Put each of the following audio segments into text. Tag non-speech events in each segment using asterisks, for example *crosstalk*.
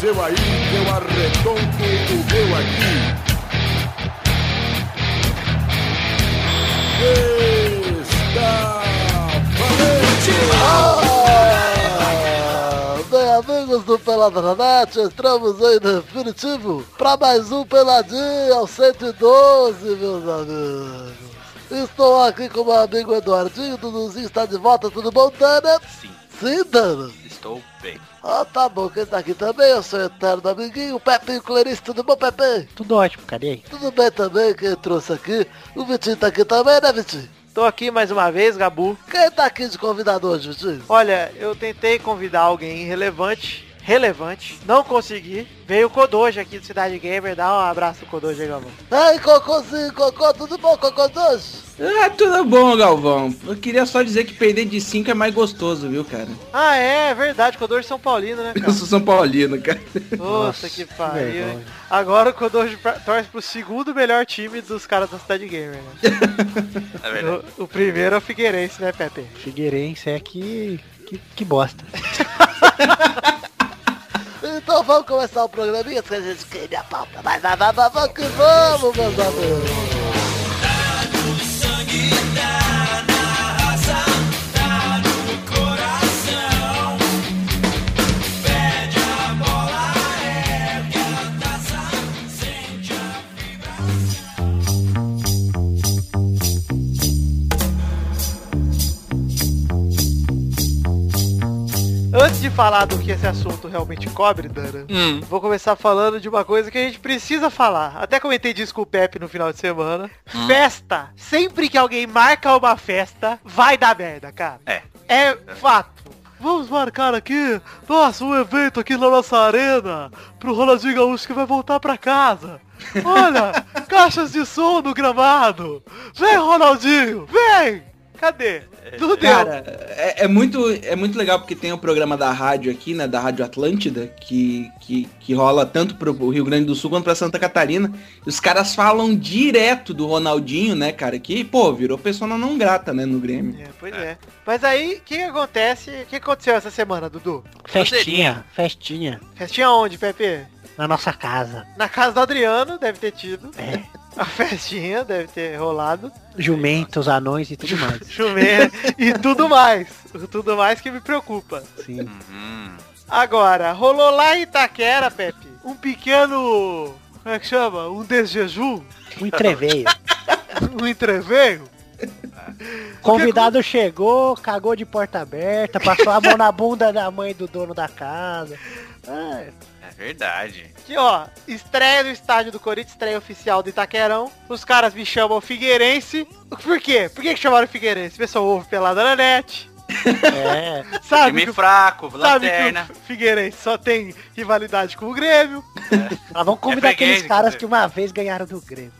seu aí, eu arredonto o meu aqui. Está valente! Bem, amigos do Peladranete, entramos em definitivo para mais um Peladinho 112, meus amigos. Estou aqui com meu amigo Eduardinho, Duduzinho está de volta, tudo bom, Dana? Sim. Sim, Dana? Estou bem. Ah, tá bom, quem tá aqui também, eu sou o eterno amiguinho, Pepinho Clarice, tudo bom, Pepe? Tudo ótimo, cara, e aí? Tudo bem também, quem trouxe aqui? O Vitinho tá aqui também, né, Vitinho? Tô aqui mais uma vez, Gabu. Quem tá aqui de convidado hoje, Vitinho? Olha, eu tentei convidar alguém relevante, relevante, não consegui. Veio o Kodoji aqui do Cidade Gamer, dá um abraço Kodoji aí, Gabu. Ai, Cocôzinho, Cocô, tudo bom, Cocôzinho? Ah, tudo bom, Galvão. Eu queria só dizer que perder de 5 é mais gostoso, viu, cara? Ah, é, é verdade, Kodoji é São Paulino, né, cara? *laughs* Eu sou São Paulino, cara. Nossa, que pariu, hein? Agora o Kodoji pra- torce pro segundo melhor time dos caras da Cidade Gamer, né? *laughs* É verdade. O, o primeiro é o Figueirense, né, Pepe? Figueirense é que... que, que bosta. Então vamos começar o programinha, que a gente queria a pauta. Vai, vai, vai, vai, vamos que vamos, meus amigos. Antes de falar do que esse assunto realmente cobre, Dana, Hum. vou começar falando de uma coisa que a gente precisa falar. Até comentei disso com o Pepe no final de semana. Hum. Festa. Sempre que alguém marca uma festa, vai dar merda, cara. É. É fato. Vamos marcar aqui, nossa, um evento aqui na nossa arena, pro Ronaldinho Gaúcho que vai voltar pra casa. *laughs* Olha, caixas de som no gramado. Vem, Ronaldinho, vem! Cadê? Não deu. Cara, é, é muito, é muito legal porque tem o programa da rádio aqui, né? Da Rádio Atlântida, que, que, que rola tanto pro Rio Grande do Sul quanto pra Santa Catarina. E os caras falam direto do Ronaldinho, né, cara? Que, pô, virou persona não grata, né, no Grêmio. É, pois é. Mas aí, o que que acontece? O que que aconteceu essa semana, Dudu? Festinha, festinha. Festinha onde, Pepe? Na nossa casa. Na casa do Adriano, deve ter tido. É. *laughs* A festinha deve ter rolado. Jumentos, anões e tudo mais. *laughs* Chuveiro *laughs* e tudo mais. Tudo mais que me preocupa. Sim. Uhum. Agora, rolou lá em Itaquera, Pepe, um pequeno... Como é que chama? Um desjejum? *laughs* Um entreveio. Um entreveio? Convidado chegou, cagou de porta aberta, passou a mão na bunda da mãe do dono da casa. Ah, É verdade. Que ó, estreia no estádio do Corinthians, estreia oficial do Itaquerão. Os caras me chamam Figueirense. Por quê? Por que que chamaram Figueirense? O pessoal ouve pelada na net. é. Sabe, Time que, fraco, sabe que lanterna. o Figueirense só tem rivalidade com o Grêmio, Mas vamos convidar É freguês, aqueles caras inclusive. que uma vez ganharam do Grêmio.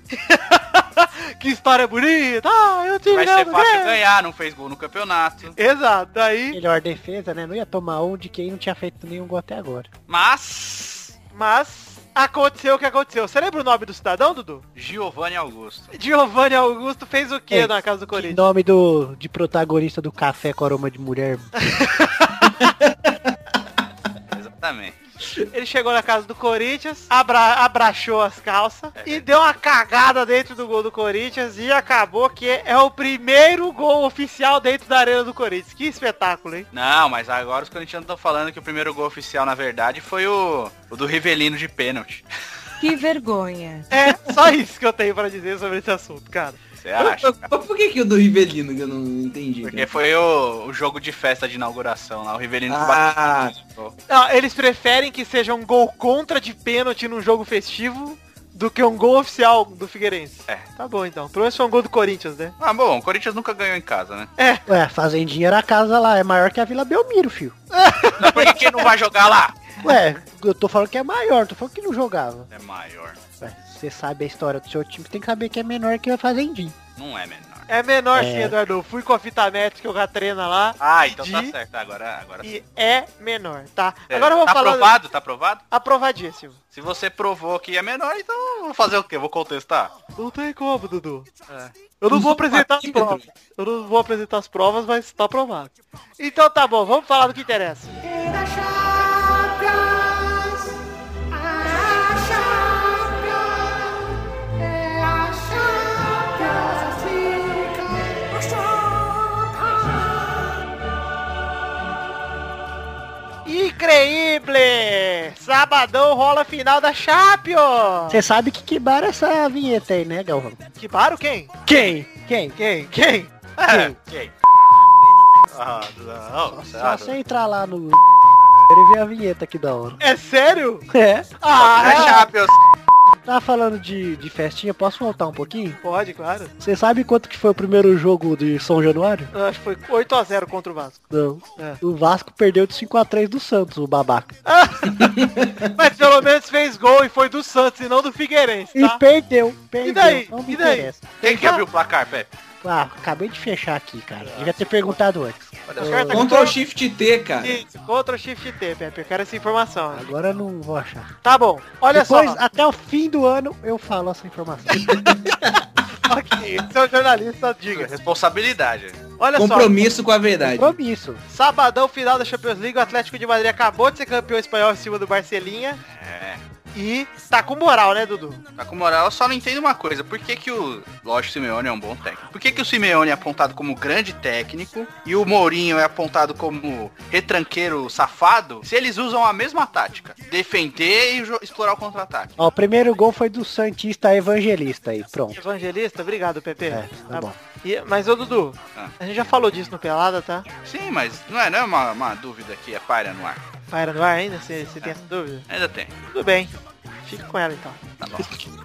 que história bonita. Ah, eu tive Vai ganhado ser do fácil Grêmio. ganhar, não fez gol no campeonato. Exato, aí. Melhor defesa, né? Não ia tomar um de quem não tinha feito nenhum gol até agora. Mas. Mas aconteceu o que aconteceu. Você lembra o nome do cidadão, Dudu? Giovanni Augusto. Giovanni Augusto fez o quê É, na casa do Que Corinthians? nome do, de protagonista do Café com Aroma de Mulher. Exatamente. Ele chegou na casa do Corinthians, abra abraçou as calças e deu uma cagada dentro do gol do Corinthians e acabou que é o primeiro gol oficial dentro da arena do Corinthians. Que espetáculo, hein? Não, mas agora os corintianos estão falando que o primeiro gol oficial, na verdade, foi o, o do Rivelino de pênalti. Que vergonha. É *laughs* só isso que eu tenho pra dizer sobre esse assunto, cara. Você acha? cara? Mas por que, que o do Rivelino que eu não entendi? né? cara? Porque foi o, o jogo de festa de inauguração lá, o Rivelino que Ah, bateu. Não, eles preferem que seja um gol contra de pênalti num jogo festivo do que um gol oficial do Figueirense. É. Tá bom então. Pelo menos foi um gol do Corinthians, né? Ah, bom, o Corinthians nunca ganhou em casa, né? Ué, a é, Fazendinha era a casa lá, é maior que a Vila Belmiro, filho. Mas por que que não vai jogar lá? Ué, eu tô falando que é maior, não tô falando que não jogava. É maior. Ué, você sabe a história do seu time, tem que saber que é menor que a Fazendinha. Não é menor. É menor É. sim, Eduardo. Fui com a fita métrica, eu já treina lá. Ah, então tá De- certo. Agora, agora E é menor, tá? É, Agora eu vou tá falar. aprovado? Tá aprovado? Aprovadíssimo. Se você provou que é menor, então eu vou fazer o quê? Vou contestar? Não tem como, Dudu. Eu não vou apresentar as partímetro. provas. Eu não vou apresentar as provas, mas tá aprovado. Então tá bom, vamos falar do que interessa. Era Chagas, Increíble! Sabadão rola a final da Champions! Você sabe que quebaram essa vinheta aí, né, Galvão? Que paro quem? Quem? Quem? Quem? Quem? É, ok. Ah, não, Só claro. você entrar lá no... *laughs* Ele vê a vinheta aqui da hora. É sério? É. É Ah, Champions. Tá falando de, de festinha, posso voltar um pouquinho? pode, claro. Você sabe quanto que foi o primeiro jogo de São Januário? Eu acho que foi 8x0 contra o Vasco. Não. É. O Vasco perdeu de 5x3 do Santos, o babaca. Mas pelo menos fez gol e foi do Santos e não do Figueirense, E tá? perdeu, perdeu. daí? Não me E daí? interessa. Quem que abriu o placar, Pepe? Ah, acabei de fechar aqui, cara. Devia ter perguntado antes. é Ctrl Shift T, cara. Isso, Contra o Shift T, Pepe. Eu quero essa informação. né? Agora eu não vou achar. Tá bom. Olha Depois, *laughs* só. até o fim do ano, eu falo essa informação. Ok, esse é o jornalista, diga. é Responsabilidade. Olha só. Compromisso com a verdade. Compromisso. Sabadão, final da Champions League, o Atlético de Madrid acabou de ser campeão espanhol em cima do Barcelinha. É. E tá com moral, né, Dudu? Tá com moral, eu só não entendo uma coisa. Por que que o... Lógico, o Simeone é um bom técnico. Por que que o Simeone é apontado como grande técnico e o Mourinho é apontado como retranqueiro safado se eles usam a mesma tática? Defender e jo- explorar o contra-ataque. Ó, o primeiro gol foi do Santista Evangelista aí. Pronto. Evangelista, obrigado, Pepe. É, tá bom. E- mas, ô Dudu, Ah. a gente já falou disso no Pelada, tá? Sim, mas não é, não é uma, uma dúvida que é paira no ar. Paira no ar Tá ainda, se você tem essa dúvida? Ainda tem. Tudo bem. Fica com ela, então. Tá bom.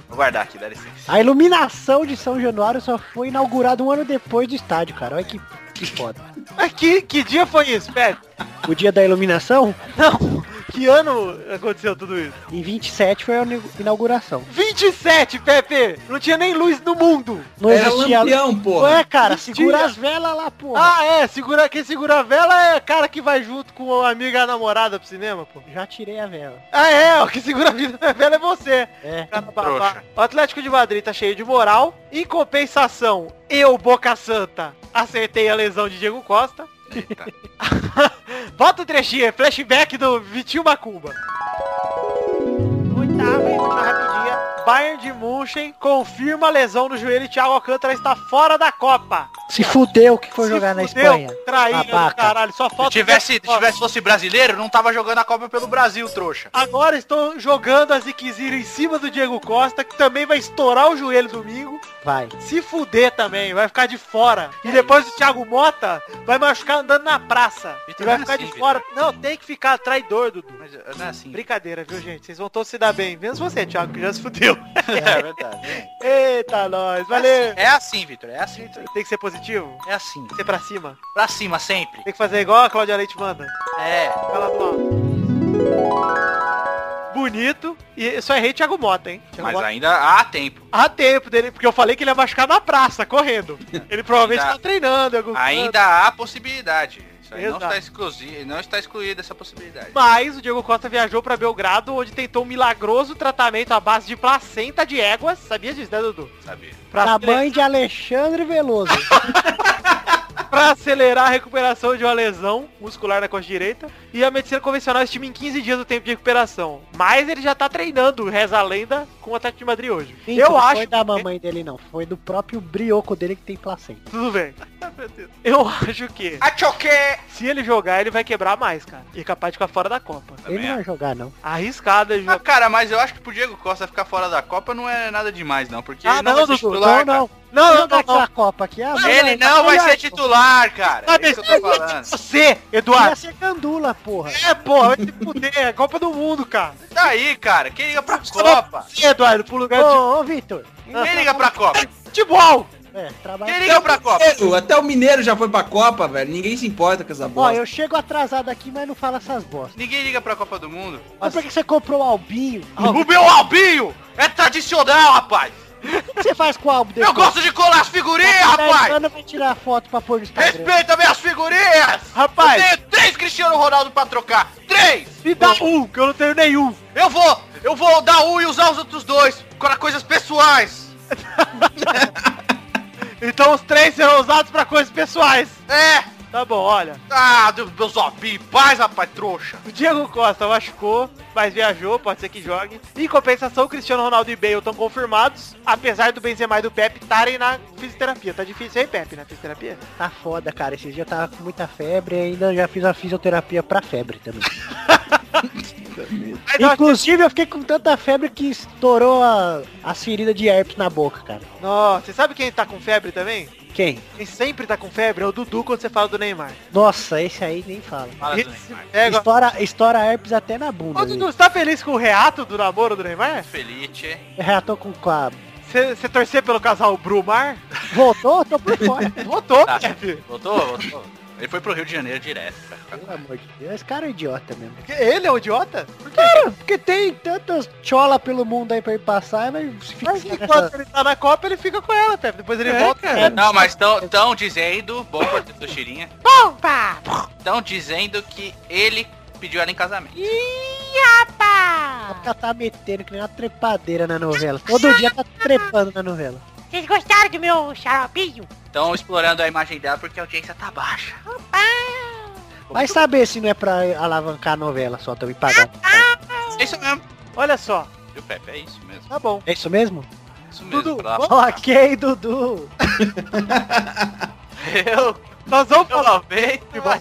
Vou guardar aqui, dá licença. A iluminação de São Januário só foi inaugurada um ano depois do estádio, cara. Olha que, que foda. Mas que, que dia foi isso, Pepe? O dia da iluminação, Não, que ano aconteceu tudo isso? em 27, foi a inu- inauguração. 27, Pepe! Não tinha nem luz no mundo! Não Era existia... lampião, porra. Ué, cara, É Existia. segura as velas lá, porra. Ah, é, segura, quem segura a vela é cara que vai junto com a amiga e a namorada pro cinema, pô. Já tirei a vela. Ah, é, o que segura a vida *laughs* da vela é você. É. Cara, Trouxa. babá. O Atlético de Madrid tá cheio de moral. Em compensação, eu, Boca Santa, acertei a lesão de Diego Costa. Eita. *laughs* Bota o trechinho, é flashback do Vitinho Macumba. Oitava e última rapidinha. Bayern de Munchen confirma a lesão no joelho e Thiago Alcântara está fora da Copa. Se fudeu que foi Se jogar na fudeu, Espanha. Traíra do Babaca. caralho, só Se falta... tivesse, se Ó, tivesse fosse brasileiro, não tava jogando a Copa pelo Brasil, trouxa. Agora estão jogando a Ziquezira em cima do Diego Costa, que também vai estourar o joelho domingo. Vai. Se fuder também, vai ficar de fora. É E depois o Thiago Mota vai machucar andando na praça. Vitor, E vai não é ficar de assim, fora. Não, tem que ficar traidor, Dudu. Mas não é assim. Brincadeira, viu, gente? Vocês vão todos se dar bem. Menos você, Thiago, que já se fudeu. É verdade. *laughs* Eita, nós. Valeu. É assim, Vitor. É assim, Vitor. Tem que ser positivo. É assim. Tem que ser pra cima. Pra cima sempre. Tem que fazer igual a Cláudia Leite manda. É. Fala do mal. Bonito. E eu só errei Thiago Mota, hein? Thiago Mas Mota- ainda há tempo. Há tempo dele, porque eu falei que ele ia machucar na praça, correndo. Ele provavelmente Ainda- tá treinando. em algum canto. Ainda há possibilidade. Isso aí não Exato. está, exclusi- não está excluída essa possibilidade. Mas o Diego Costa viajou pra Belgrado, onde tentou um milagroso tratamento à base de placenta de éguas. Sabia disso, né, Dudu? Sabia. Pra, Na acele- mãe de *laughs* Alexandre Veloso. pra acelerar a recuperação de uma lesão muscular na coxa direita. E a medicina convencional estima em 15 dias o tempo de recuperação. Mas ele já tá treinando, reza a lenda, com o Atlético de Madrid hoje. Gente, eu não acho... foi da mamãe dele, não. Foi do próprio brioco dele que tem placenta. Tudo *laughs* bem. Eu acho que, Ah, Achoque! se ele jogar, ele vai quebrar mais, cara. E é capaz de ficar fora da Copa. Ele não vai jogar, não. Arriscada ele Ah, jogar. cara, mas eu acho que pro Diego Costa ficar fora da Copa não é nada demais, não. Porque Ah, ele não, não, vai ser Dudu, titular, não, não. Não, não, Joga não, não. essa Copa aqui. Ah, cara. Ele não vai ser titular, cara. Sabe, É isso que eu tô falando. Você, Ia Eduardo. ser gandula, porra. É, porra, vai se fuder. É Copa do Mundo, cara. Tá aí, cara. Quem liga pra Copa? Você, Eduardo, pro lugar de Ô, ô, Vitor. Quem liga pra Copa? futebol. É, trabalha... Quem liga pra Copa? Mineiro, Até o Mineiro já foi pra Copa, velho. Ninguém se importa com essa Ó, bosta. eu chego atrasado aqui, mas não fala essas bosta. Ninguém liga pra Copa do Mundo. Mas por que você comprou o albinho? O meu albinho é tradicional, rapaz. O que você faz com o álbum Eu depois? gosto de colar as figurinhas, Tá rapaz. Eu vou tirar foto pra pôr no Instagram. Respeita minhas figurinhas! Rapaz. Eu tenho três Cristiano Ronaldo pra trocar! Três! Me dá um, que eu não tenho nenhum. Eu vou! Eu vou dar um e usar os outros dois para coisas pessoais! Então os três serão usados pra coisas pessoais. É! Tá bom, olha. Ah, Deus, meus opinhos, paz, rapaz, trouxa! O Diego Costa machucou, mas viajou, pode ser que jogue. Em compensação, Cristiano Ronaldo e Bale estão confirmados, apesar do Benzema e do Pepe estarem na fisioterapia. Tá difícil aí, Pepe, na fisioterapia? Tá foda, cara. Esses dias eu tava com muita febre e ainda já fiz a fisioterapia pra febre também. Aí dá uma- Inclusive, eu fiquei com tanta febre que estourou a- as feridas de herpes na boca, cara. Nossa, você sabe quem tá com febre também? Quem? Quem sempre tá com febre é o Dudu quando você fala do Neymar. Nossa, esse aí nem fala. Fala do Ele se Neymar. pega... Estoura, estoura herpes até na bunda. Ô Dudu, você tá feliz com o reato do namoro do Neymar? Felice. Já É, tô com, com a... Você você torcer pelo casal Brumar? Voltou? Tô por fora. *laughs* Votou, Tá. chefe. Voltou, voltou. Ele foi pro Rio de Janeiro direto. pra ficar com Pelo amor de Deus, esse cara é um idiota mesmo. Que- Ele é um idiota? Por quê? Cara, porque tem tantas chola pelo mundo aí pra ele passar, mas se Mas fica enquanto ele tá na Copa, ele fica com ela, Pepe. Depois ele volta. ela. Não, mas estão dizendo, bom português do Chirinha, Pompa! estão dizendo que ele pediu ela em casamento. Ela tá metendo que nem uma trepadeira na novela. Todo dia tá trepando na novela. Vocês gostaram do meu xaropinho? Estão explorando a imagem dela porque a audiência tá baixa. Vai saber se não é pra alavancar a novela só, também pagar. É isso mesmo. Olha só, Viu, Pepe? É isso mesmo. tá bom. É isso mesmo? É isso mesmo. Dudu, pra lá. *laughs* Ok, Dudu. Eu Nós vamos falar. provei. de futebol.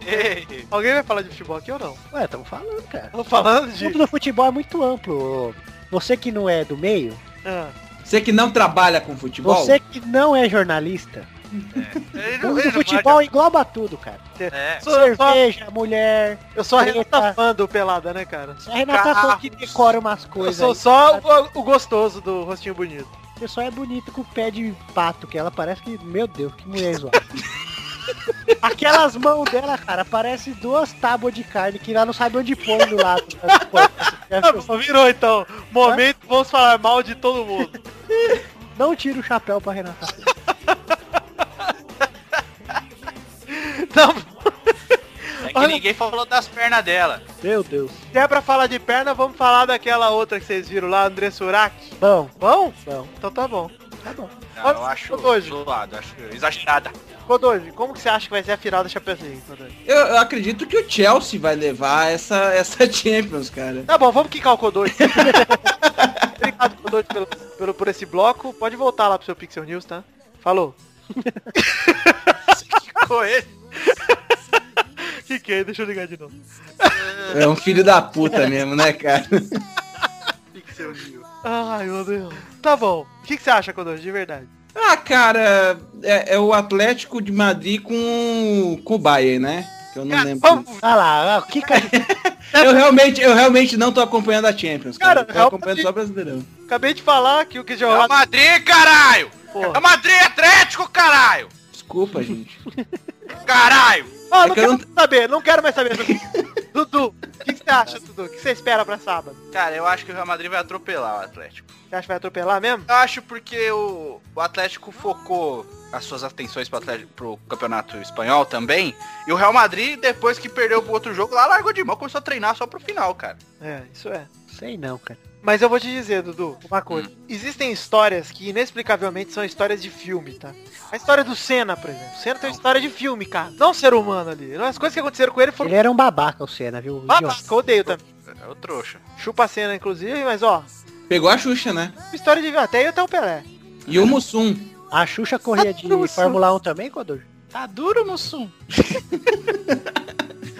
Ei, Alguém vai falar de futebol aqui ou não? Ué, tamo falando, cara. Tô falando O de... mundo do futebol é muito amplo. ô. Você que não é do meio, Ah. Você que não trabalha com futebol, você que não é jornalista, ele o não- mundo ele do não futebol engloba tudo, cara. manja. É. Sou- eu sou- Cerveja, mulher, Eu sou a Renata Eita. tá fã do Pelada, né, cara? só a Renata só que decora umas Eu coisas. sou aí. só o, o gostoso do rostinho bonito. Você só é bonito com o pé de pato, que ela parece que, meu Deus, que mulher *laughs* zoada. Aquelas mãos dela, cara, parece duas tábuas de carne que ela não sabe onde põe do lado. do corpo. Ah, bom, virou então. Momento, vamos falar mal de todo mundo. Não tira o chapéu pra Renata. *laughs* Não, É que ninguém falou das pernas dela. Meu Deus. se é pra falar de perna, vamos falar daquela outra que vocês viram lá, André Surak. Bom, Bom? bom. Então tá bom. Não, Olha, eu acho hoje. zoado, acho exagerada. Codolho, como que você acha que vai ser a final da Champions League, Codolho? eu, eu acredito que o Chelsea vai levar essa, *laughs* essa Champions, cara. Tá bom, vamos quicar o *laughs* Codolho. Obrigado, Codolho, pelo, pelo- por esse bloco. Pode voltar lá pro seu Pixel News, tá? *laughs* Falou. *laughs* que que é? Deixa eu ligar de novo. É um filho da puta mesmo, né, cara? Ai, meu Deus. Tá bom. O que, que você acha, Codolho, de verdade? Ah, cara, é, é o Atlético de Madrid com, com o Bayern, né? Que eu não Cara, lembro. vamos- né? Olha lá, ó, que cara. Eu realmente, eu realmente não tô acompanhando a Champions, cara. Cara, eu tô Real acompanhando só o Brasileirão. Acabei de falar que o que já É o Madrid, caralho! Porra. É o Madrid Atlético, caralho! Desculpa, gente. Caralho! Ah, É não que quero eu mais saber, não quero mais saber. Dudu, o que, que você acha, Dudu? O que você espera pra sábado? Cara, eu acho que o Real Madrid vai atropelar o Atlético. Você acha que vai atropelar mesmo? Eu acho porque o, o Atlético focou as suas atenções pro, Atlético, pro campeonato espanhol também. E o Real Madrid, depois que perdeu pro outro jogo, lá largou de mão, começou a treinar só pro final, cara. É, isso é. Sei não, cara. Mas eu vou te dizer, Dudu, uma coisa. Existem histórias que inexplicavelmente são histórias de filme, tá? A história do Senna, por exemplo. O Senna tem uma história de filme, cara. Não ser humano ali. As coisas que aconteceram com ele foram Ele é era um babaca, o Senna, viu? babaca. Eu odeio também. É o trouxa. Chupa a cena, inclusive, mas ó. Pegou a Xuxa, né? História de até eu até o Pelé. E o Mussum. A Xuxa corria de Nossa. Fórmula 1 também, Codor? Tá duro, Mussum. *laughs*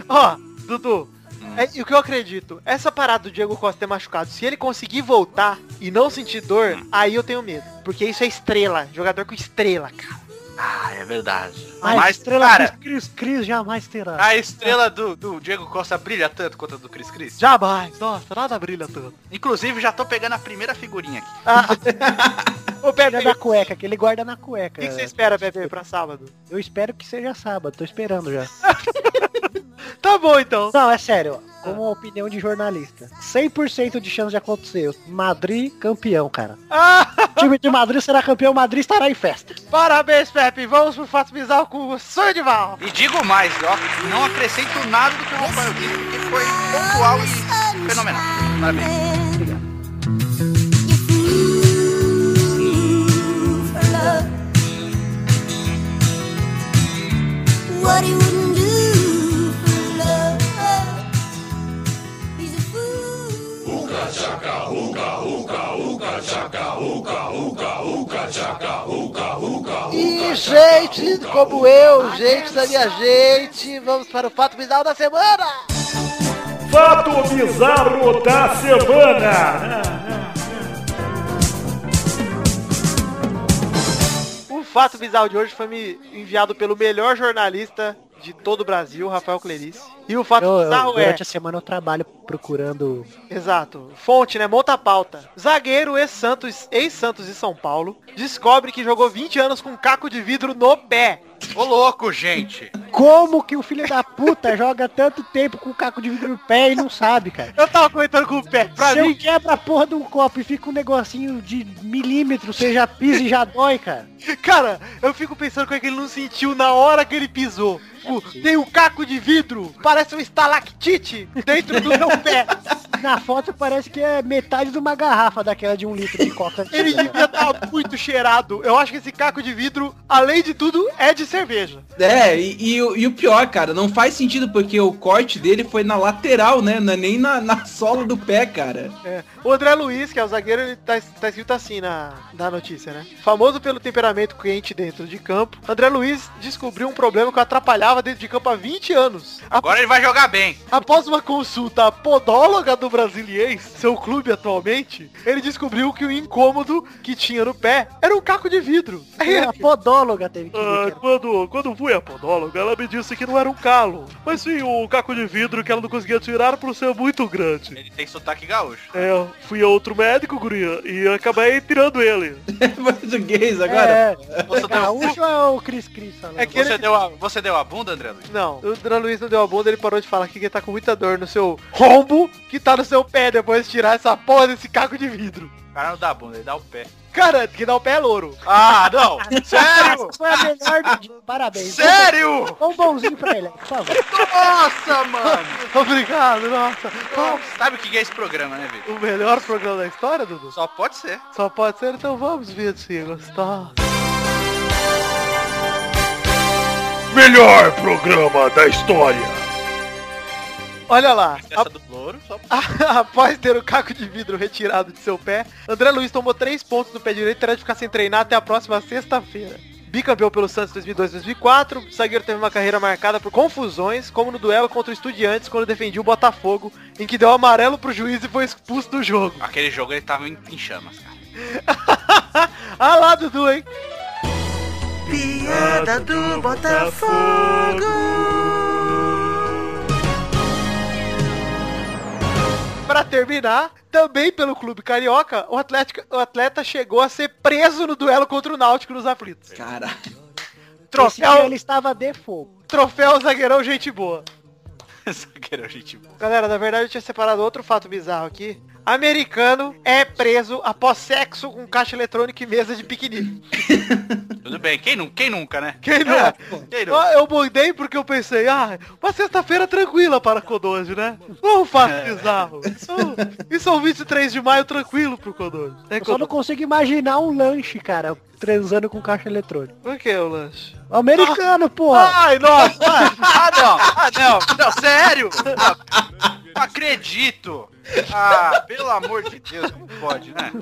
Ó, Dudu, é, e o que eu acredito, essa parada do Diego Costa ter machucado, se ele conseguir voltar e não sentir dor, aí eu tenho medo. Porque isso é estrela, jogador com estrela, cara. Ah, é verdade. Mas, Mas, estrela cara, Cris, Cris, Cris jamais terá. a estrela do, do Diego Costa brilha tanto quanto a do Cris Cris. Jamais, nossa, nada brilha tanto. Inclusive, já tô pegando a primeira figurinha aqui. Ô, Pepe, Guarda o na cueca, que ele guarda na cueca. que que você espera, Pepe, pra sábado? Eu espero que seja sábado, tô esperando já. Tá bom, então. Não, é sério, ó, Ah. como opinião de jornalista. 100% de chance de acontecer. Madrid campeão, cara. Ah, *laughs* O time de Madrid será campeão, Madrid estará em festa. parabéns, Pepe, vamos pro Fato Bizarro com o Sonho de Val. E digo mais, ó, não acrescento nada do que o Rafael disse, porque foi pontual e fenomenal. Parabéns. What he wouldn't do for love. He's a fool. E, gente, como eu, gente da minha gente, vamos para o Fato Bizarro da Semana! Fato bizarro da semana. Fato bizarro da semana. O fato bizarro de hoje foi me enviado pelo melhor jornalista de todo o Brasil, Rafael Clerice. E o fato Eu, eu- bizarro é... durante a semana eu trabalho procurando. Exato. Fonte, né? Monta a pauta. Zagueiro ex-Santos, ex-Santos de São Paulo, descobre que jogou 20 anos com um caco de vidro no pé. Ô louco, gente. Como que o filho da puta *laughs* joga tanto tempo com o caco de vidro no pé e não sabe, cara? Eu tava comentando com o pé. Pra Se eu mim, quebra a porra de um copo e fica um negocinho de milímetro, você já pisa e já dói, cara. cara, eu fico pensando como é que ele não sentiu na hora que ele pisou. Tipo, tem um caco de vidro, parece um estalactite dentro do meu pé. Na foto parece que é metade de uma garrafa daquela de um litro de coca. Ele devia estar muito cheirado. Eu acho que esse caco de vidro, além de tudo, é de cerveja. É, e, e o- e o pior, cara, não faz sentido porque o corte dele foi na lateral, né? Não é nem na, na sola do pé, cara. *laughs* É. O André Luiz, que é o zagueiro, ele tá, tá escrito assim na, na notícia, né? Famoso pelo temperamento quente dentro de campo, André Luiz descobriu um problema que o atrapalhava dentro de campo há 20 anos. A- Agora ele vai jogar bem. após uma consulta à podóloga do Brasiliense, seu clube atualmente, ele descobriu que o incômodo que tinha no pé era um caco de vidro. Aí A podóloga teve que ver. Ah, cara. quando, quando fui a podóloga, ela me disse que não era um calo, mas sim um caco de vidro que ela não conseguia tirar por ser muito grande. Ele tem sotaque gaúcho. É, fui a outro médico, guria, e acabei tirando ele. É português agora. É, Você deu, gaúcho é o Cris Cris? falando? É que você deu, a, você deu a bunda, André Luiz? Não, o André Luiz não deu a bunda, ele parou de falar que ele tá com muita dor no seu rombo que tá no seu pé depois de tirar essa porra desse caco de vidro. O cara não dá a bunda, ele dá o pé. Cara, que dá o pé é louro. Ah, não! É Essa Sério! foi a melhor do dia. Parabéns. Sério! Dá um bonzinho pra ele, por favor. *laughs* Nossa, mano! Obrigado, nossa. Sabe o que é esse programa, né, Vitor? O melhor programa da história, Dudu? Só pode ser. Só pode ser, então vamos tá? ver se gostar. Melhor programa da história. Olha lá, Essa do louro, só pode. a- *laughs* após ter o caco de vidro retirado de seu pé, André Luiz tomou três pontos no pé direito e terá de ficar sem treinar até a próxima sexta-feira. Bicampeão pelo Santos 2002-2004, zagueiro teve uma carreira marcada por confusões, como no duelo contra o Estudiantes quando defendia o Botafogo, em que deu amarelo pro juiz e foi expulso do jogo. Aquele jogo ele tava em, em chamas, cara. *laughs* ah lá, Dudu, hein? Piada do Botafogo. Pra terminar, também pelo clube carioca, o, Atlético, o atleta chegou a ser preso no duelo contra o Náutico nos aflitos. Cara, Esse dia Troféu, ele estava de fogo. troféu zagueirão gente boa. *laughs* Zagueiro, gente. boa. Galera, na verdade eu tinha separado outro fato bizarro aqui. Americano é preso após sexo com caixa eletrônica e mesa de piquenique. Tudo bem, quem, nu- quem nunca, né? Quem não é? Quem nunca? Ó, Eu mudei porque eu pensei, ah, uma sexta-feira tranquila para Codoge, né? Não um fato bizarro. Isso, isso é um 23 de maio tranquilo pro Codoge. É Eu só não Codoge. consigo imaginar um lanche, cara, transando com caixa eletrônica. Por que o lanche? Americano, porra! Ai, nossa! Ah, não! Ah, não! Não, sério! Ah, Não acredito! Ah, pelo amor de Deus, como pode, né?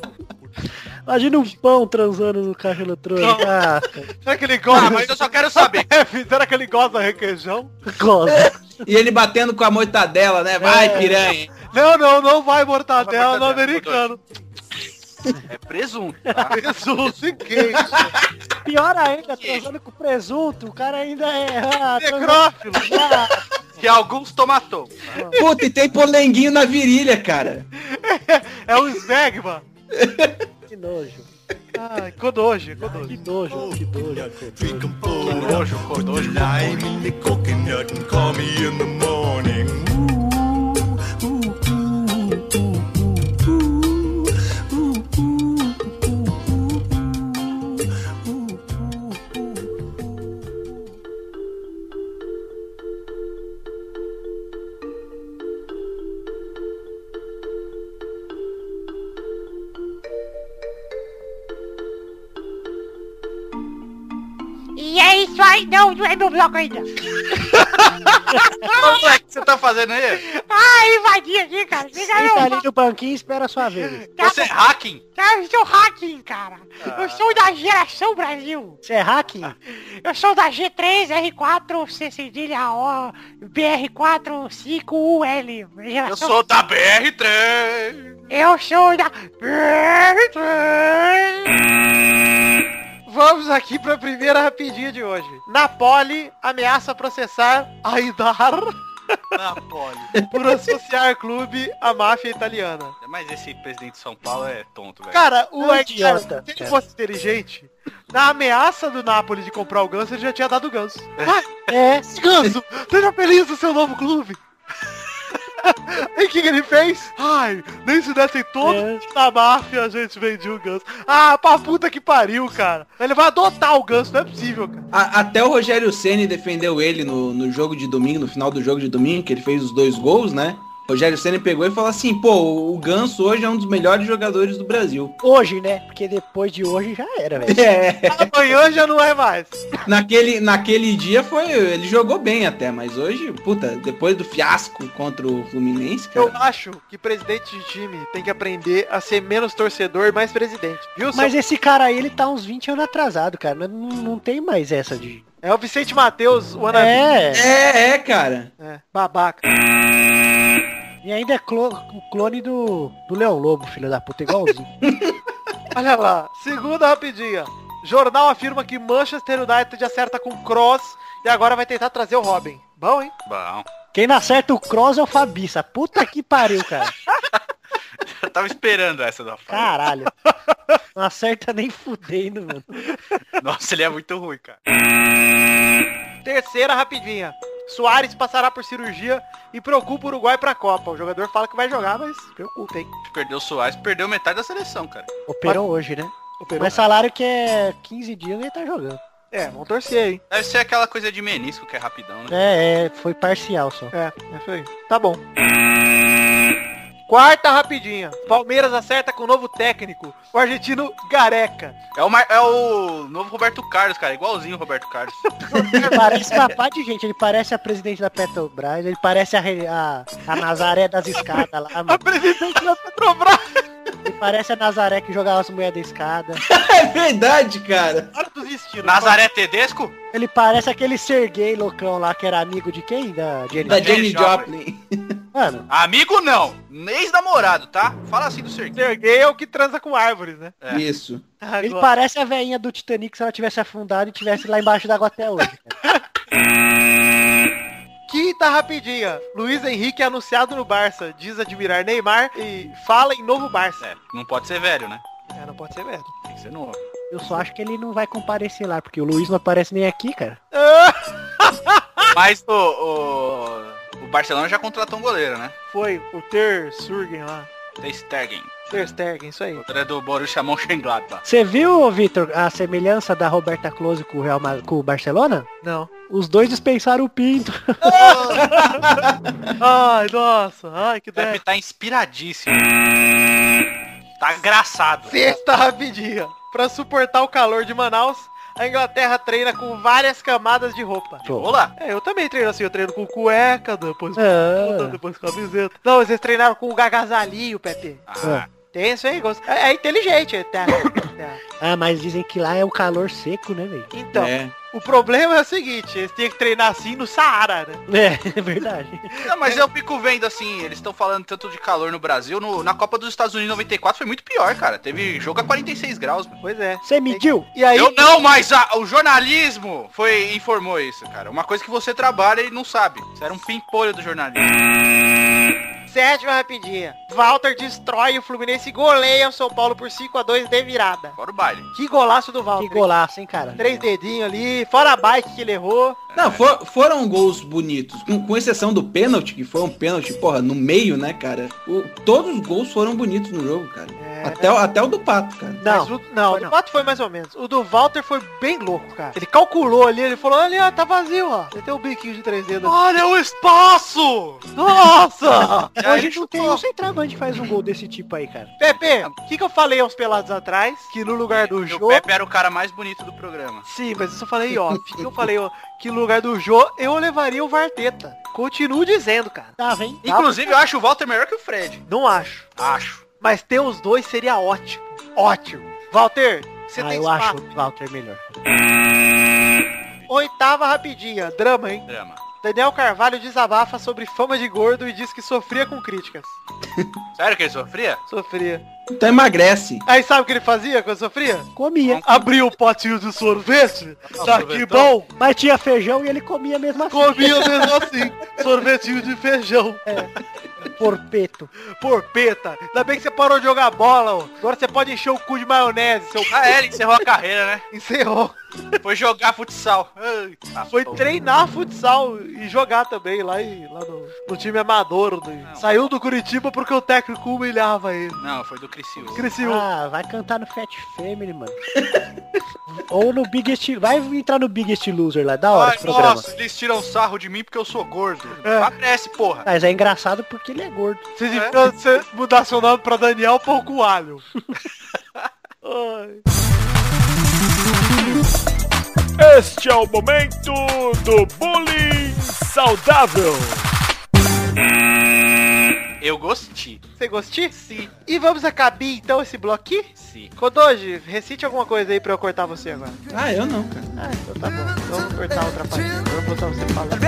Imagina um pão transando no caixa eletrônica. Ah, cara, Será que ele gosta? É, Ah, mas eu só *laughs* quero saber. Será que ele gosta de requeijão? gosta. e ele batendo com a mortadela, né? Vai, É. piranha. Não, não, não vai mortadela no Não vai mortadela, americano. É presunto, tá? Jesus e queijo. *laughs* Pior ainda, transando com presunto, o cara ainda é... Ah, transando- Necrófilo. né? Ah, E alguns tomatou. Puta, e tem polenguinho na virilha, cara. É um smegma. *laughs* que nojo. Ai, Kodoji, Que Kodoji. nojo, que nojo. que nojo. Que nojo, codojo. E é isso aí. Ai, não, não é meu bloco ainda. Ô, moleque, o que você tá fazendo aí? Ai, invadi aqui, cara. Fica aí, Senta eu ali no banquinho e espera a sua vez. Tá Você é hacking? eu sou hacking, cara. Eu sou da geração Brasil. Ah. Você é hacking? Eu sou da G3, R4, C cedilha O, BR4, 5UL. Eu Geração... sou da BR3. Eu sou da BR3. Vamos aqui pra primeira rapidinha de hoje. Napoli ameaça processar Aidar Ah, Napoli. por associar clube à máfia italiana. Mas esse presidente de São Paulo é tonto, velho. Cara, É o um Aidar, idiota. se ele fosse inteligente, na ameaça do Napoli de comprar o Ganso, ele já tinha dado o Ganso. É. Ganso, seja feliz no seu novo clube. *laughs* E o que, que ele fez? Ai, nem se dessem todos na máfia, a gente vendia o Ganso. Ah, pra puta que pariu, cara. Ele vai adotar o Ganso, não é possível, cara. A- até o Rogério Ceni defendeu ele no, no jogo de domingo, no final do jogo de domingo, que ele fez os dois gols, né? O Rogério Ceni pegou e falou assim, pô, o Ganso hoje é um dos melhores jogadores do Brasil. Hoje, né? Porque depois de hoje já era, velho. É, Amanhã já não é mais. naquele, naquele dia foi, ele jogou bem até, mas hoje, puta, depois do fiasco contra o Fluminense, Eu cara, acho que presidente de time tem que aprender a ser menos torcedor e mais presidente. Viu, seu Mas esse cara aí, ele tá uns 20 anos atrasado, cara. Não, não tem mais essa de... É o Vicente Matheus, o Ana É. é, é, cara. É, babaca. E ainda é clo- o clone do, do Leão Lobo, filho da puta, *laughs* igualzinho. Olha lá, segunda rapidinha. Jornal afirma que Manchester United acerta com Cross e agora vai tentar trazer o Robin. Bom, hein? Bom, Quem não acerta o Cross é o Fabiça. Puta que pariu, cara. *laughs* eu tava esperando essa da Fábio. Caralho. Não acerta nem fudendo, mano. Nossa, ele é muito ruim, cara. Terceira rapidinha. Soares passará por cirurgia e preocupa o Uruguai pra Copa. O jogador fala que vai jogar, mas preocupa, hein? Perdeu o Soares, perdeu metade da seleção, cara. Operou hoje, né? Operou. Mas salário que é 15 dias ele tá jogando. É, vamos torcer, hein? Deve ser aquela coisa de menisco que é rapidão, né? É, é, foi parcial só. É, é isso aí. Tá bom. Quarta rapidinha. Palmeiras acerta com o novo técnico, o argentino *laughs* Gareca. É o, Mar- é o novo Roberto Carlos, cara. Igualzinho o Roberto Carlos. Ele parece uma pá de gente, ele parece a presidente da Petrobras, ele parece a, re- a, a Nazaré das escadas lá, mano. Presidente da Petrobras. Ele parece a Nazaré que jogava as mulheres da escada. *laughs* É verdade, cara. Olha dos estilos. Nazaré Tedesco? Ele parece aquele Serguei loucão lá que era amigo de quem? Da Jenny. Da Jenny Jenny Joplin. Mano, Amigo não. Ex-namorado, tá? Fala assim do Serguei. Serguei é o que transa com árvores, né? É. Isso. ele parece a veinha do Titanic se ela tivesse afundado e tivesse lá embaixo d'água até hoje. cara. Quinta rapidinha. Luiz Henrique é anunciado no Barça. Diz admirar Neymar e fala em novo Barça. É, não pode ser velho, né? É, não pode ser merda. Tem que ser novo. Eu só acho que ele não vai comparecer lá, porque o Luiz não aparece nem aqui, cara. Ah, Mas o, o, o Barcelona já contratou um goleiro, né? foi o Ter Surgen lá. Ter Stegen. Ter Stegen, isso aí. Outra é do Borussia Mönchengladbach. Você viu, Vitor, a semelhança da Roberta Close com o, Real Ma- com o Barcelona? Não. Os dois dispensaram o *laughs* Pinto. *laughs* Ai, nossa. Ai, que Deve ideia. estar inspiradíssimo. Tá engraçado. Sexta rapidinha. Pra suportar o calor de Manaus, a Inglaterra treina com várias camadas de roupa. Olá. É, eu também treino assim. Eu treino com cueca, depois com Ah. blusa, depois com camiseta. Não, vocês treinaram com o gagazalinho, Pepe. Ah, Tem isso aí, gosto. É, é inteligente, é, tá? Tá. Ah, mas dizem que lá é o calor seco, né, velho? Então, É. o problema é o seguinte, eles têm que treinar assim no Saara, né? É, *laughs* é verdade. Não, mas eu fico vendo assim, eles estão falando tanto de calor no Brasil. no- na Copa dos Estados Unidos 94 foi muito pior, cara. Teve jogo a 46 graus, mano. Pois é. Você mediu? E aí, Eu não, mas a- o jornalismo foi informou isso, cara. Uma coisa que você trabalha e não sabe. Isso era um pimpolho do jornalismo. sétima rapidinha. Walter destrói o Fluminense e goleia o São Paulo por 5x2 de virada. Fora o baile. Que golaço do Walter. Que golaço, hein, cara? hein? Três dedinhos ali, fora a bike que ele errou. Não, for- foram gols bonitos, com, com exceção do pênalti, que foi um pênalti, porra, no meio, né, cara? O- todos os gols foram bonitos no jogo, cara. Até, o- até o do pato, cara. Não, Mas o, não, foi o do não. Pato foi mais ou menos. O do Walter foi bem louco, cara. Ele calculou ali, ele falou, ali, ó, tá vazio, ó. Ele tem o biquinho de três dedos. Olha o espaço! *laughs* Nossa! Hoje a gente não tem um centroavante que faz um gol desse tipo aí, cara. Pepe, o que, que eu falei aos pelados atrás? Que no lugar do E Jô... É, o Pepe era o cara mais bonito do programa. Sim, mas isso eu falei, ó. que eu falei, ó. Que no lugar do Jô, eu levaria o Varteta. Continuo dizendo, cara. Tá, vem. Inclusive, eu acho o Walter melhor que o Fred. Não acho. Acho. Mas ter os dois seria ótimo. Ótimo. Walter, você Ah, tem eu espaço. acho o Walter melhor. Oitava rapidinha. Drama, hein? Drama. Daniel Carvalho desabafa sobre fama de gordo e diz que sofria com críticas. Sério que ele sofria? Sofria. Então emagrece. Aí sabe o que ele fazia quando sofria? Comia. Abriu o potinho de sorvete. Tá que bom. Mas tinha feijão e ele comia mesmo assim. Comia mesmo assim. Sorvetinho de feijão. Porpeto. Porpeta. Ainda bem que você parou de jogar bola, ó. Agora você pode encher o cu de maionese, seu Ah, é, ele encerrou a carreira, né? encerrou. Foi jogar futsal. Ai, tá Foi bom. treinar futsal e jogar também lá, em- lá no, no time amador. do- Saiu do Curitiba porque o técnico humilhava ele. Não, foi do Criciúma. Cresceu. Ah, vai cantar no Fat Family, mano. Ou no Biggest... Vai entrar no Biggest Loser lá, da hora Ai, esse programa. nossa, eles tiram sarro de mim porque eu sou gordo. É. Aparece, porra. Mas é engraçado porque ele é gordo. Se de você mudar seu nome pra Daniel Pão com alho. Este é o momento do bullying saudável. Eu gostei. Você gostou? Sim. E vamos acabar então esse bloco aqui? Sim. Kodoji, recite alguma coisa aí pra eu cortar você agora. Ah, eu não, cara. Ah, então tá bom. Então eu vou cortar outra parte. Eu vou botar você falando.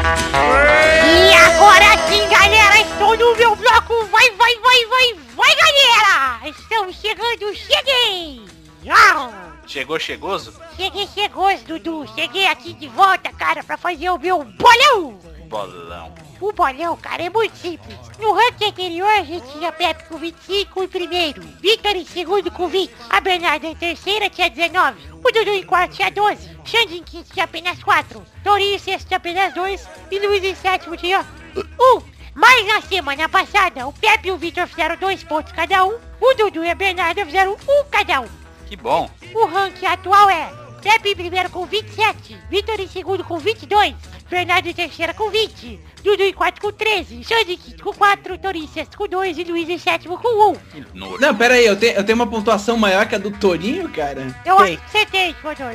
E agora sim, galera, estou no meu bloco. Vai, vai, vai, vai, vai, galera. Estamos chegando, cheguei. Ah, Chegou chegoso? cheguei, chegou, Dudu. Cheguei aqui de volta, cara, pra fazer o meu bolão. Bolão. O bolão, cara, é muito simples. No ranking anterior, a gente tinha Pepe com 25 em primeiro, Victor em segundo com 20, a Bernarda em terceira tinha 19, o Dudu em quarto tinha 12, Xande em quinto tinha apenas 4, Torinho em sexto tinha apenas 2 e Luiz em sétimo tinha 1. Mas na semana passada, o Pepe e o Victor fizeram dois pontos cada um, o Dudu e a Bernarda fizeram um cada um. Que bom. O ranking atual é Pepe em primeiro com 27, Vitor em segundo com 22, Bernardo em terceiro com 20, Dudu em quarto com 13, Xande em quinto com 4, Torinho em sexto com 2 e Luiz em sétimo com 1. Que nojo. Não, pera aí, eu, te- eu tenho uma pontuação maior que a do Torinho, cara. *laughs* Eu Sei. acho que você tem, Codor.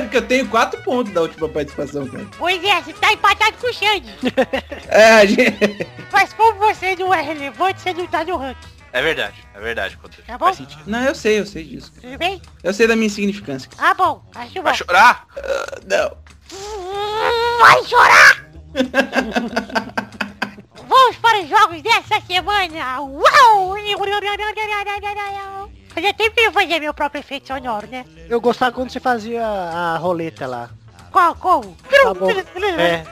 Porque eu tenho quatro pontos da última participação, cara. pois é, você tá empatado com o Xande. É, a gente... *laughs* Mas como você não é relevante, você não tá no ranking, É verdade, é verdade, Cotê. Tá bom? Faz sentido. Não, eu sei, eu sei disso. cara. tudo bem? Eu sei da minha insignificância. Ah, bom, acho bom. Vai chorar? Não. Hum, Vai *laughs* chorar! Vamos para os jogos dessa semana! Uau! Fazia tempo que eu fazia meu próprio efeito sonoro, né? Eu gostava quando você fazia a roleta lá. Qual, como? Tá bom. É.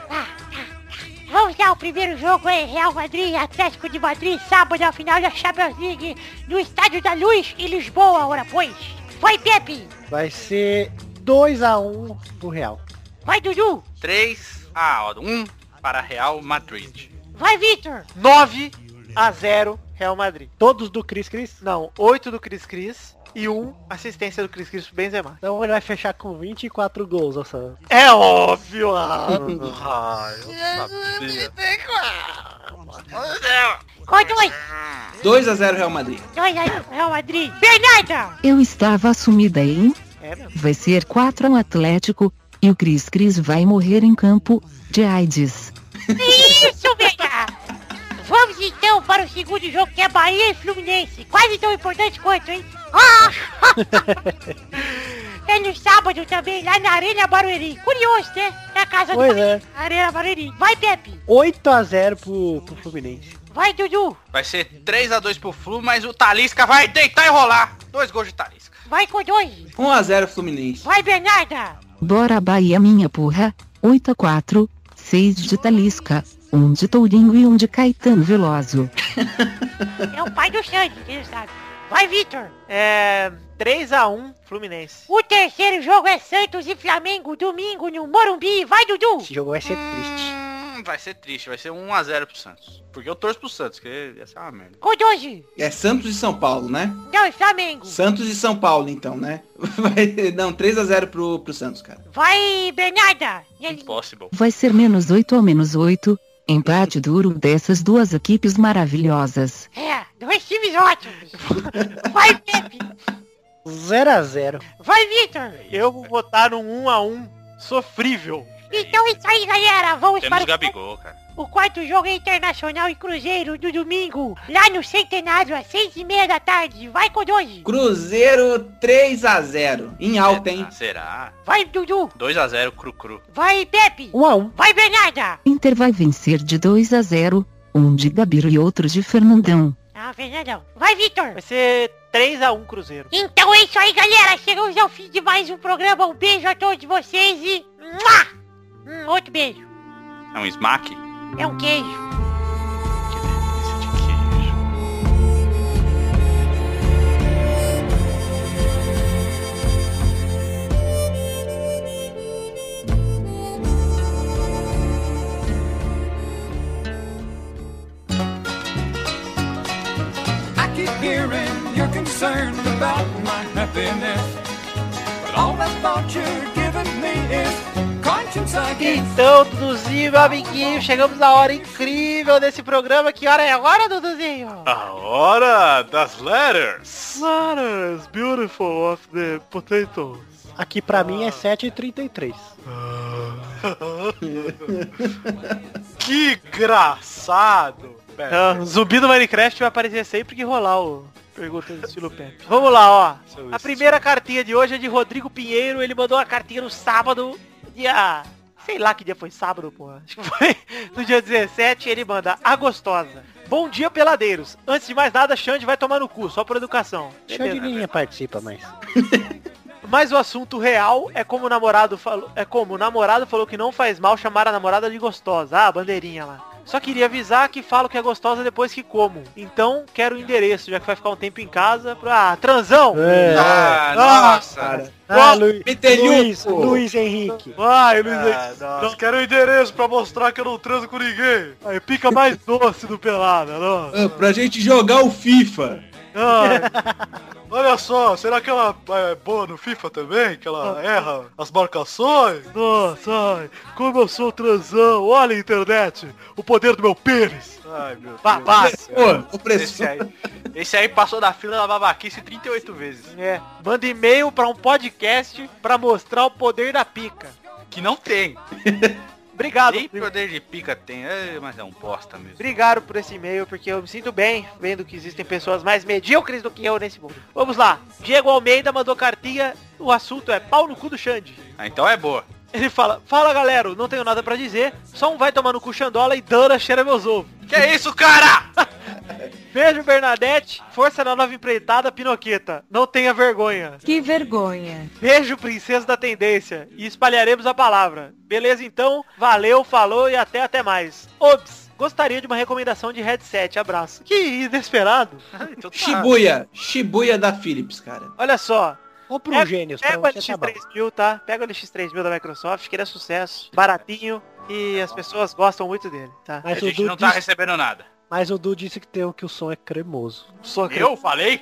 Vamos lá, o primeiro jogo é Real Madrid, e Atlético de Madrid, sábado, a final da Champions League, no Estádio da Luz, em Lisboa, ora pois. Vai, Pepe! Vai ser 2x1 pro Real. Vai, Dudu! 3 a 1 ah, para Real Madrid. Vai, Vitor! 9 a 0 Real Madrid. Todos do Cris Cris. Não, 8 do Cris Cris e 1 assistência do Cris Cris pro Benzema. Então ele vai fechar com 24 gols. Nossa. É óbvio! ah. *laughs* Qual dois? 2 a 0 Real Madrid. Dois aí, Real Madrid. Bernarda! Eu estava assumida em. É mesmo. Vai ser 4 ao Atlético. E o Cris Cris vai morrer em campo. De AIDS. Isso, Vega! Vamos então para o segundo jogo que é Bahia e Fluminense. Quase tão importante quanto, hein? *laughs* Ah! é no sábado também, lá na Arena Barueri. Curioso, né? Na casa Pois do... é. Arena Barueri. Vai, Pepe. 8x0 pro, pro Fluminense. Vai, Dudu. Vai ser 3 a 2 pro Flu, mas o Talisca vai deitar e rolar. Dois gols de Talisca. Vai, Codoi. 1 a 0 Um Fluminense. Vai, Bernarda. Bora Bahia minha porra. 8 a 4. seis de Talisca, um de Tourinho e um de Caetano Veloso. É o pai do Xande, quem sabe. Vai, Vitor. É. 3x1 Fluminense. O terceiro jogo é Santos e Flamengo, domingo no Morumbi. Vai, Dudu. Esse jogo vai ser triste. Hum, vai ser triste, vai ser 1x0 pro Santos. Porque eu torço pro Santos, que essa é uma merda. Codoji. É Santos e São Paulo, né? Não, é Flamengo. Santos e São Paulo, então, né? *laughs* Vai- não, 3x0 pro, pro Santos, cara. Vai, Bernarda. Ele- Impossible. Vai ser menos 8 ou menos 8, empate duro dessas duas equipes maravilhosas. É, dois times ótimos. Vai, Pepe. 0x0. Vai, Vitor. Eu vou votar num 1x1 sofrível. Então é isso aí, galera. Vamos Temos para o- Gabigol, cara. o quarto jogo é Internacional e Cruzeiro do domingo, lá no Centenário, às seis e meia da tarde. Vai, Codoji. Cruzeiro 3x0. Em alta, hein? Ah, será? Vai, Dudu. 2x0 cru cru. Vai, Pepe. 1x1. Vai, Bernarda. Inter vai vencer de 2 a 0, um de Gabiro e outro de Fernandão. Ah, Fernandão. Vai, Vitor. Vai ser 3x1 Cruzeiro. Então é isso aí, galera. Chegamos ao fim de mais um programa. Um beijo a todos vocês e... Mua! Hum, outro beijo. É um smack? Que É um queijo. delícia de queijo. I keep hearing you're concerned about my happiness. But all that thought you're giving me is conscience again. Então, Duduzinho, meu amiguinho, chegamos na hora incrível desse programa. Que hora é agora, Duduzinho? A hora das letters. Letters beautiful of the potatoes. Aqui pra mim é Ah. 7h33. *laughs* Que engraçado. Ah, o zumbi do Minecraft vai aparecer sempre que rolar o pergunta do estilo Pepe. Vamos lá, ó. A primeira cartinha de hoje é de Rodrigo Pinheiro. Ele mandou uma cartinha no sábado, dia... Sei lá que dia foi sábado, porra. Acho que foi *laughs* no dia 17. Ele manda a gostosa. Bom dia, peladeiros. Antes de mais nada, Xande vai tomar no cu, só por educação. Xande ninguém participa mais. Mas o assunto real é como o namorado falou. É como o namorado falou que não faz mal chamar a namorada de gostosa. Ah, a bandeirinha lá. Só queria avisar que falo que é gostosa depois que como. Então, quero o endereço, já que vai ficar um tempo em casa. Pra... Ah, transão! É. Ah, nossa. Cara. Ah, É, Luiz, Petelhuco. Luiz, Luiz Henrique. Vai, Luiz Ah, Henrique. nossa. Não quero o endereço pra mostrar que eu não transo com ninguém. Aí pica mais doce do pelada, não. Ah, Pra gente jogar o FIFA. Ai, Olha só, será que ela é boa no FIFA também? Que ela erra as marcações? Ah. Nossa, ai, como eu sou transão. Olha, internet, o poder do meu pênis. Ai, meu Deus. Babá. Pô, Esse opressor. é, aí, esse aí passou da fila da babaquice 38 vezes. É, manda e-mail pra um podcast pra mostrar o poder da pica. Que não tem. Obrigado. Nem Rodrigo. poder de pica tem. É, mas é um bosta mesmo. Obrigado por esse e-mail, porque eu me sinto bem vendo que existem pessoas mais medíocres do que eu nesse mundo. Vamos lá. Diego Almeida mandou cartinha. O assunto é pau no cu do Xande. Ah, então é boa. Ele fala, fala galera, não tenho nada pra dizer, só um vai tomar no cu Xandola e Dana cheira meus ovos. Que isso, cara? Beijo Bernadette, força na nova empreitada Pinoqueta, não tenha vergonha. Que vergonha. Beijo princesa da tendência e espalharemos a palavra. Beleza então, valeu, falou e até até mais. Ops, gostaria de uma recomendação de headset, abraço. Que inesperado. Então tá. Shibuya. Shibuya da Philips, cara. Olha só, Compra É- um Gênios pra pega o você tá bom. LX3000, tá? Pega o LX3000 da Microsoft, que ele é sucesso, baratinho e as pessoas gostam muito dele, tá? A Mas o, gente Du não tá disse, recebendo nada. mas o Du disse que, tem, que o som é cremoso. Só que *laughs* Eu falei?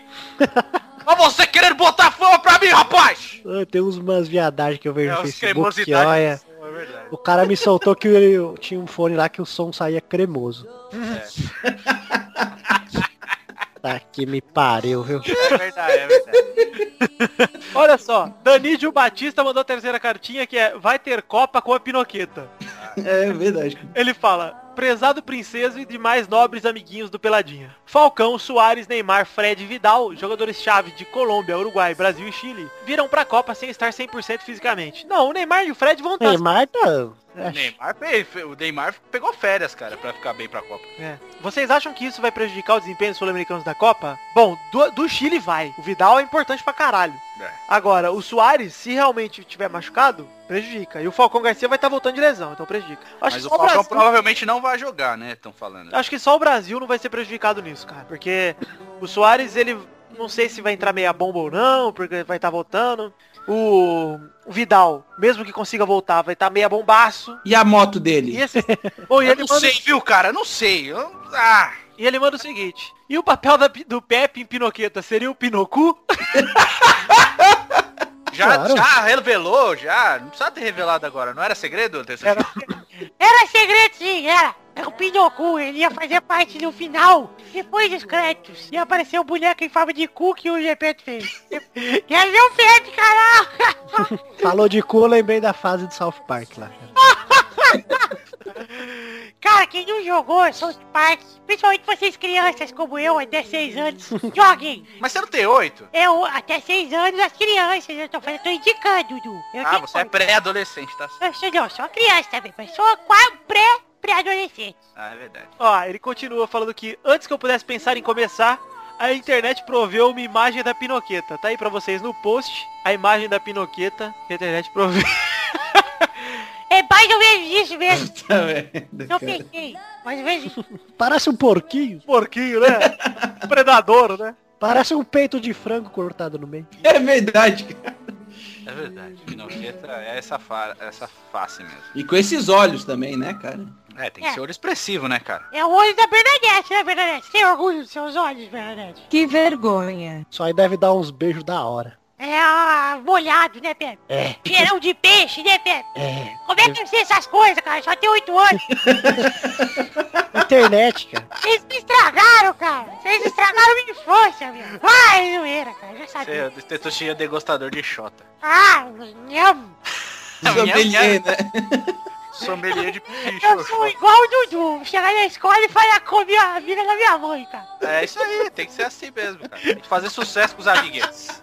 Mas você querendo botar fama pra mim, rapaz! Ah, tem uns- umas viadagens que eu vejo É, no os Facebook que, cremosidades. olha... É verdade. O cara me soltou que eu, tinha um fone lá que o som saía cremoso. tá que me pariu, viu? É verdade, é verdade. *laughs* Olha só, Danídio Batista mandou a terceira cartinha que é Vai ter Copa com a Pinoqueta. É verdade. Ele fala, prezado princeso e demais nobres amiguinhos do Peladinha. Falcão, Soares, Neymar, Fred e Vidal, jogadores-chave de Colômbia, Uruguai, Brasil e Chile, viram pra Copa sem estar 100% fisicamente. Não, o Neymar e o Fred vão estar... Neymar tá. O Neymar, pe- o Neymar pegou férias, cara, pra ficar bem pra Copa. É. Vocês acham que isso vai prejudicar o desempenho dos sul-americanos da Copa? Bom, do, do Chile vai. O Vidal é importante pra caralho. É. Agora, o Soares, se realmente tiver machucado, prejudica. E o Falcão Garcia vai estar voltando de lesão, então prejudica. Acho Mas que o só Falcão Brasil- provavelmente não vai jogar, né? Estão falando. Acho que só o Brasil não vai ser prejudicado nisso, cara. Porque o Soares, ele não sei se vai entrar meia bomba ou não, porque vai estar voltando. O, o Vidal, mesmo que consiga voltar, vai estar meia bombaço. E a moto dele? E, *laughs* esse... Bom, e Eu ele não manda- sei, viu, cara? Eu Não sei. Eu- Ah, e ele manda o seguinte. E o papel da- do Pepe em Pinoqueta seria o Pinocu? *laughs* já, Claro. já revelou, já. Não precisa ter revelado agora. Não era segredo, Anderson? Era- Era segredo sim, era. Era o Pinocchio, ele ia fazer parte no final, depois dos créditos. Ia aparecer o boneco em forma de cu que o *laughs* Gepeto fez. E aí o Pepe, caralho! Falou de cu, eu lembrei da fase do South Park lá. Cara, quem não jogou South Park, principalmente vocês crianças como eu, até 6 anos, *laughs* joguem! Mas você não tem oito? Eu, até 6 anos, as crianças, eu tô, falando, tô indicando, Dudu. Eu Ah, tenho- você é pré-adolescente, tá? Eu sou, não, sou criança também, mas sou quase um pré, pré-adolescente. Ah, é verdade. Ó, ele continua falando que antes que eu pudesse pensar em começar, a internet proveu uma imagem da Pinoqueta. Tá aí pra vocês no post, a imagem da Pinoqueta que a internet proveu. É mais ou menos isso mesmo, Tá vendo, não cara? peguei. Mais ou menos isso. Parece um porquinho. Porquinho, né? Predador, né? Parece um peito de frango cortado no meio. É verdade. cara. É Hum. verdade. Pinoqueta é essa, fa... essa face mesmo. E com esses olhos também, né, cara? É, tem que É. ser olho expressivo, né, cara? É o olho da Bernadette, né, Bernadette? Tem orgulho dos seus olhos, Bernadette? Que vergonha. Só aí deve dar uns beijos da hora. É ah, molhado, né, Pepe? É. Cheirão de peixe, né, Pepe? É. Como é que eu sei essas coisas, cara? Só tem oito anos. *laughs* Internet, cara. Vocês me estragaram, cara. Vocês estragaram minha infância, meu. Ai, zoeira, cara. Já é- sabia. Você tentou É, cheio degostador de xota. Ah, nham. Sommelier, né? Sommelier de picho. É, Eu sou igual o Dudu. Chegar na escola e falar com a minha amiga da minha mãe, cara. É isso aí, tem que ser assim mesmo, cara. Tem que fazer sucesso com os amiguetes.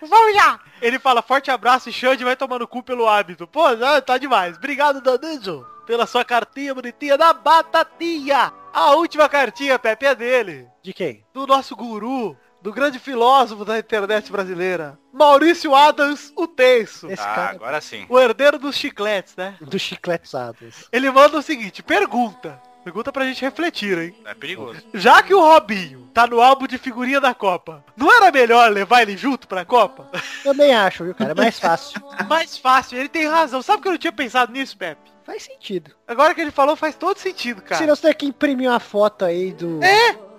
Vamos lá. Ele fala, forte abraço e Xande vai tomando cu pelo hábito. Pô, já tá demais. Obrigado, Danilo, pela sua cartinha bonitinha da batatinha. A última cartinha, Pepe, é dele. De quem? do nosso guru, do grande filósofo da internet brasileira, Maurício Adams, o Tenso, Esse Ah, cara agora sim. o herdeiro dos chicletes, né? do chicletizado. *laughs* Ele manda o seguinte, pergunta, pergunta pra gente refletir, hein? É perigoso. Já que o Robinho tá no álbum de figurinha da Copa, não era melhor levar ele junto pra Copa? Também acho, viu, cara? É mais fácil. Mais fácil, ele tem razão. Sabe que eu não tinha pensado nisso, Pepe? Faz sentido. Agora que ele falou faz todo sentido, cara. Senão você tem que imprimir uma foto aí do...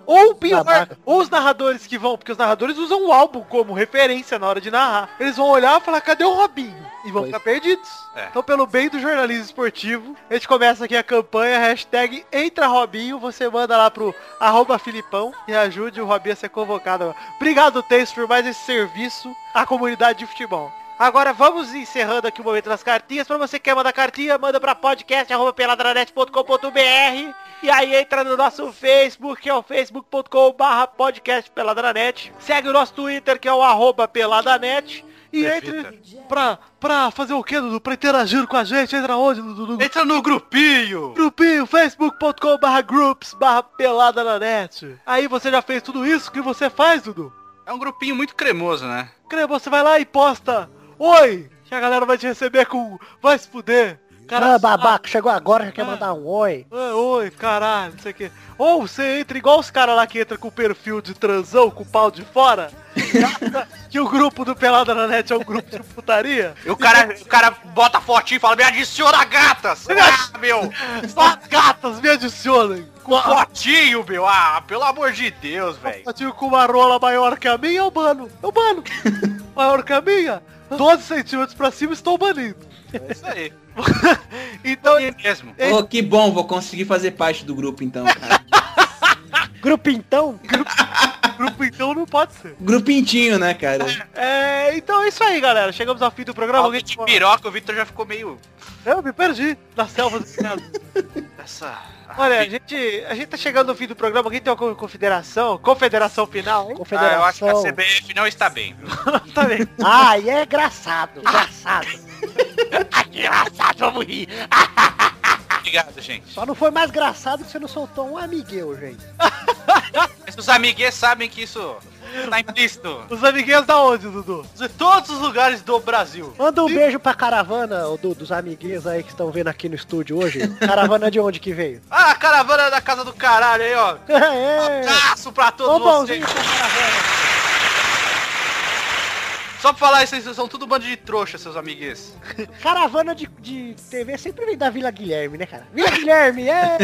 Ou o pior, Babaca. ou os narradores que vão, porque os narradores usam o álbum como referência na hora de narrar. Eles vão olhar e falar, cadê o Robinho? E vão Pois. ficar perdidos. É. Então, pelo bem do jornalismo esportivo, a gente começa aqui a campanha, hashtag entra Robinho, você manda lá pro arroba Filipão e ajude o Robinho a ser convocado. Obrigado, Teis, por mais esse serviço à comunidade de futebol. Agora vamos encerrando aqui o momento das cartinhas. Pra você que quer mandar cartinha, manda pra podcast.peladranet.com.br e aí entra no nosso Facebook, que é o facebook.com.br podcastpeladranet. Segue o nosso Twitter, que é o arroba peladanet. E Perfeita. entre pra, pra fazer o que, Dudu? Pra interagir com a gente, entra onde, Dudu? Dudu? Entra no grupinho! Grupinho, facebook.com barra groups barra pelada na net. Aí você já fez tudo isso que você faz, Dudu? É um grupinho muito cremoso, né? Crê, você vai lá e posta. Oi! Que a galera vai te receber com... Vai se fuder. Ah, babaca, chegou agora, já quer Ah. mandar um oi. É, oi, caralho, não sei o que. Ou você entra igual os caras lá que entra com o perfil de transão, com o pau de fora. e *laughs* acha que o grupo do Pelada na Net é um grupo de putaria. E o cara, o cara bota a fotinho e fala, me adiciona gatas! Ah, meu! Só as gatas me adicionem. Com a Fotinho, meu! Ah, pelo amor de Deus, velho! fotinho com uma rola maior que a minha, eu bano. Eu bano. maior que a minha, 12 centímetros pra cima, estou banido. É isso aí. *laughs* Então, É mesmo. Ei. Oh, que bom, vou conseguir fazer parte do grupo então, cara. Grupo então? grupo então não pode ser. Grupintinho, né, cara? É, então é isso aí, galera. Chegamos ao fim do programa. Alguém Alguém de piroca, o Victor já ficou meio... Eu me perdi na selva do *laughs* céu. Essa... Olha, a gente, a gente tá chegando no fim do programa. Quem tem uma co- confederação? Confederação final, hein? Ah, eu acho que Confederação. a CBF não está bem. viu? tá bem. Ah, e é engraçado, engraçado. Obrigado, gente. Só não foi mais engraçado que você não soltou um amigueu, gente. Mas os amigues sabem que isso Tá implícito. Os amiguinhos da onde, Dudu? De todos os lugares do Brasil. Manda um beijo pra caravana ô, do- dos amiguinhos aí que estão vendo aqui no estúdio hoje. Caravana de onde que veio? *laughs* Ah, a caravana da casa do caralho aí, ó. é. Abraço pra Ô, todos vocês. bonzinho, caravana. Só pra falar, vocês são tudo bando de trouxa, seus amigues. Caravana de, de TV sempre vem da Vila Guilherme, né, cara? Vila Guilherme, é!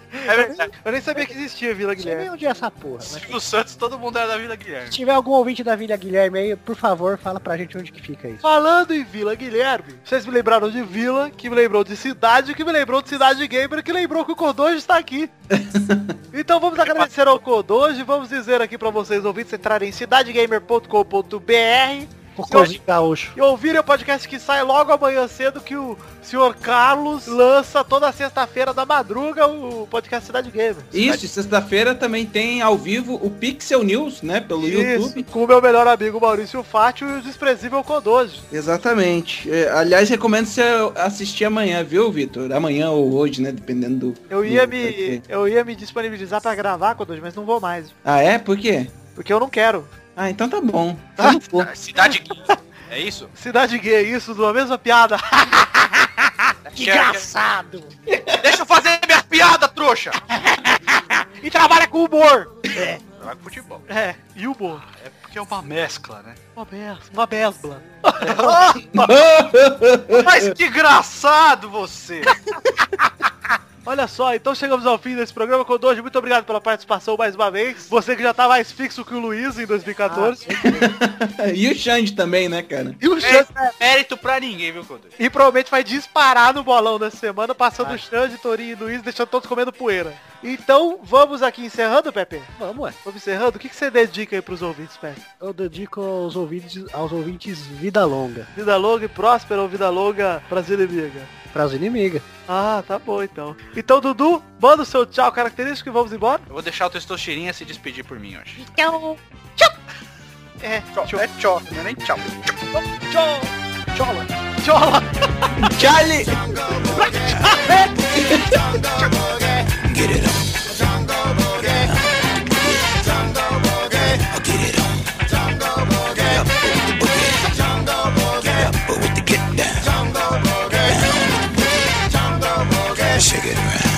*laughs* É verdade. Eu nem sabia que existia Vila Não sei Guilherme. nem onde é essa porra, mas... Silvio Santos, todo mundo era da Vila Guilherme. Se tiver algum ouvinte da Vila Guilherme aí, por favor, fala pra gente onde que fica isso. Falando em Vila Guilherme, vocês me lembraram de Vila, que me lembrou de cidade, que me lembrou de cidade gamer, que lembrou que o Kodoji está aqui. então vamos agradecer ao Kodoji, vamos dizer aqui para vocês ouvintes entrarem em cidadegamer.com.br Cocôzinho gaúcho. e ouvirem o podcast que sai logo amanhã cedo que o senhor Carlos lança toda sexta-feira da madruga o podcast Cidade Gamer. Isso, e sexta-feira também tem ao vivo o Pixel News, né? Pelo YouTube. Isso, com o meu melhor amigo Maurício Fátio e o desprezível Kodoji. Exatamente. É, aliás, recomendo você assistir amanhã, viu, Vitor? Amanhã ou hoje, né? Dependendo do. Eu ia do- me, eu ia me disponibilizar para gravar, Kodoji, mas não vou mais. Ah, é? Por quê? Porque eu não quero. Ah, então tá bom. Tá no cu. Cidade Gay. É isso? Cidade gay, isso, de uma mesma piada. *laughs* Engraçado! Deixa eu fazer minha piada, trouxa! E trabalha com humor. Vai pro futebol. É, e humor. É porque é uma mescla, né? Uma bes- uma besbla. Mas que engraçado você! *laughs* Olha só, então chegamos ao fim desse programa. Kodoji, muito obrigado pela participação mais uma vez. Você que já tá mais fixo que o Luiz em 2014. *laughs* e o Xande também, né, cara? Ah, E o Xande, Mérito, mérito pra ninguém, viu, Codô? é, e provavelmente vai disparar no bolão dessa semana, passando o Xande, Torinho e Luiz, deixando todos comendo poeira. Então, vamos aqui encerrando, Pepe? Vamos, ué. Vamos encerrando? O que, que você dedica aí pros ouvintes, Pepe? Eu dedico aos ouvintes, aos ouvintes vida longa. Vida longa e próspera ou vida longa, Brasil inimiga? Pras inimigas. Ah, tá bom então. Então, Dudu, manda o seu tchau característico e vamos embora? Eu vou deixar o Testostirinha se despedir por mim hoje. Então, É, Tchau. É tchau, não é nem tchau. Tchau. Tchola. Tchola. Charlie! Shake it around.